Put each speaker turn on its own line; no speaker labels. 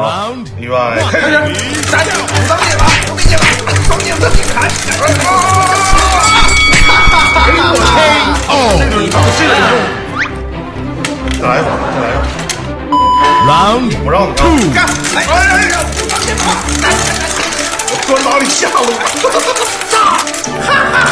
啊，
意外。
咱就武当灭霸，牛逼了！双剑和地砍，
再来一会儿，再来一会儿，
Round
我让你干，
two.
干！哎哎哎，武当灭霸！
我砖把你吓唬了。
哈哈哈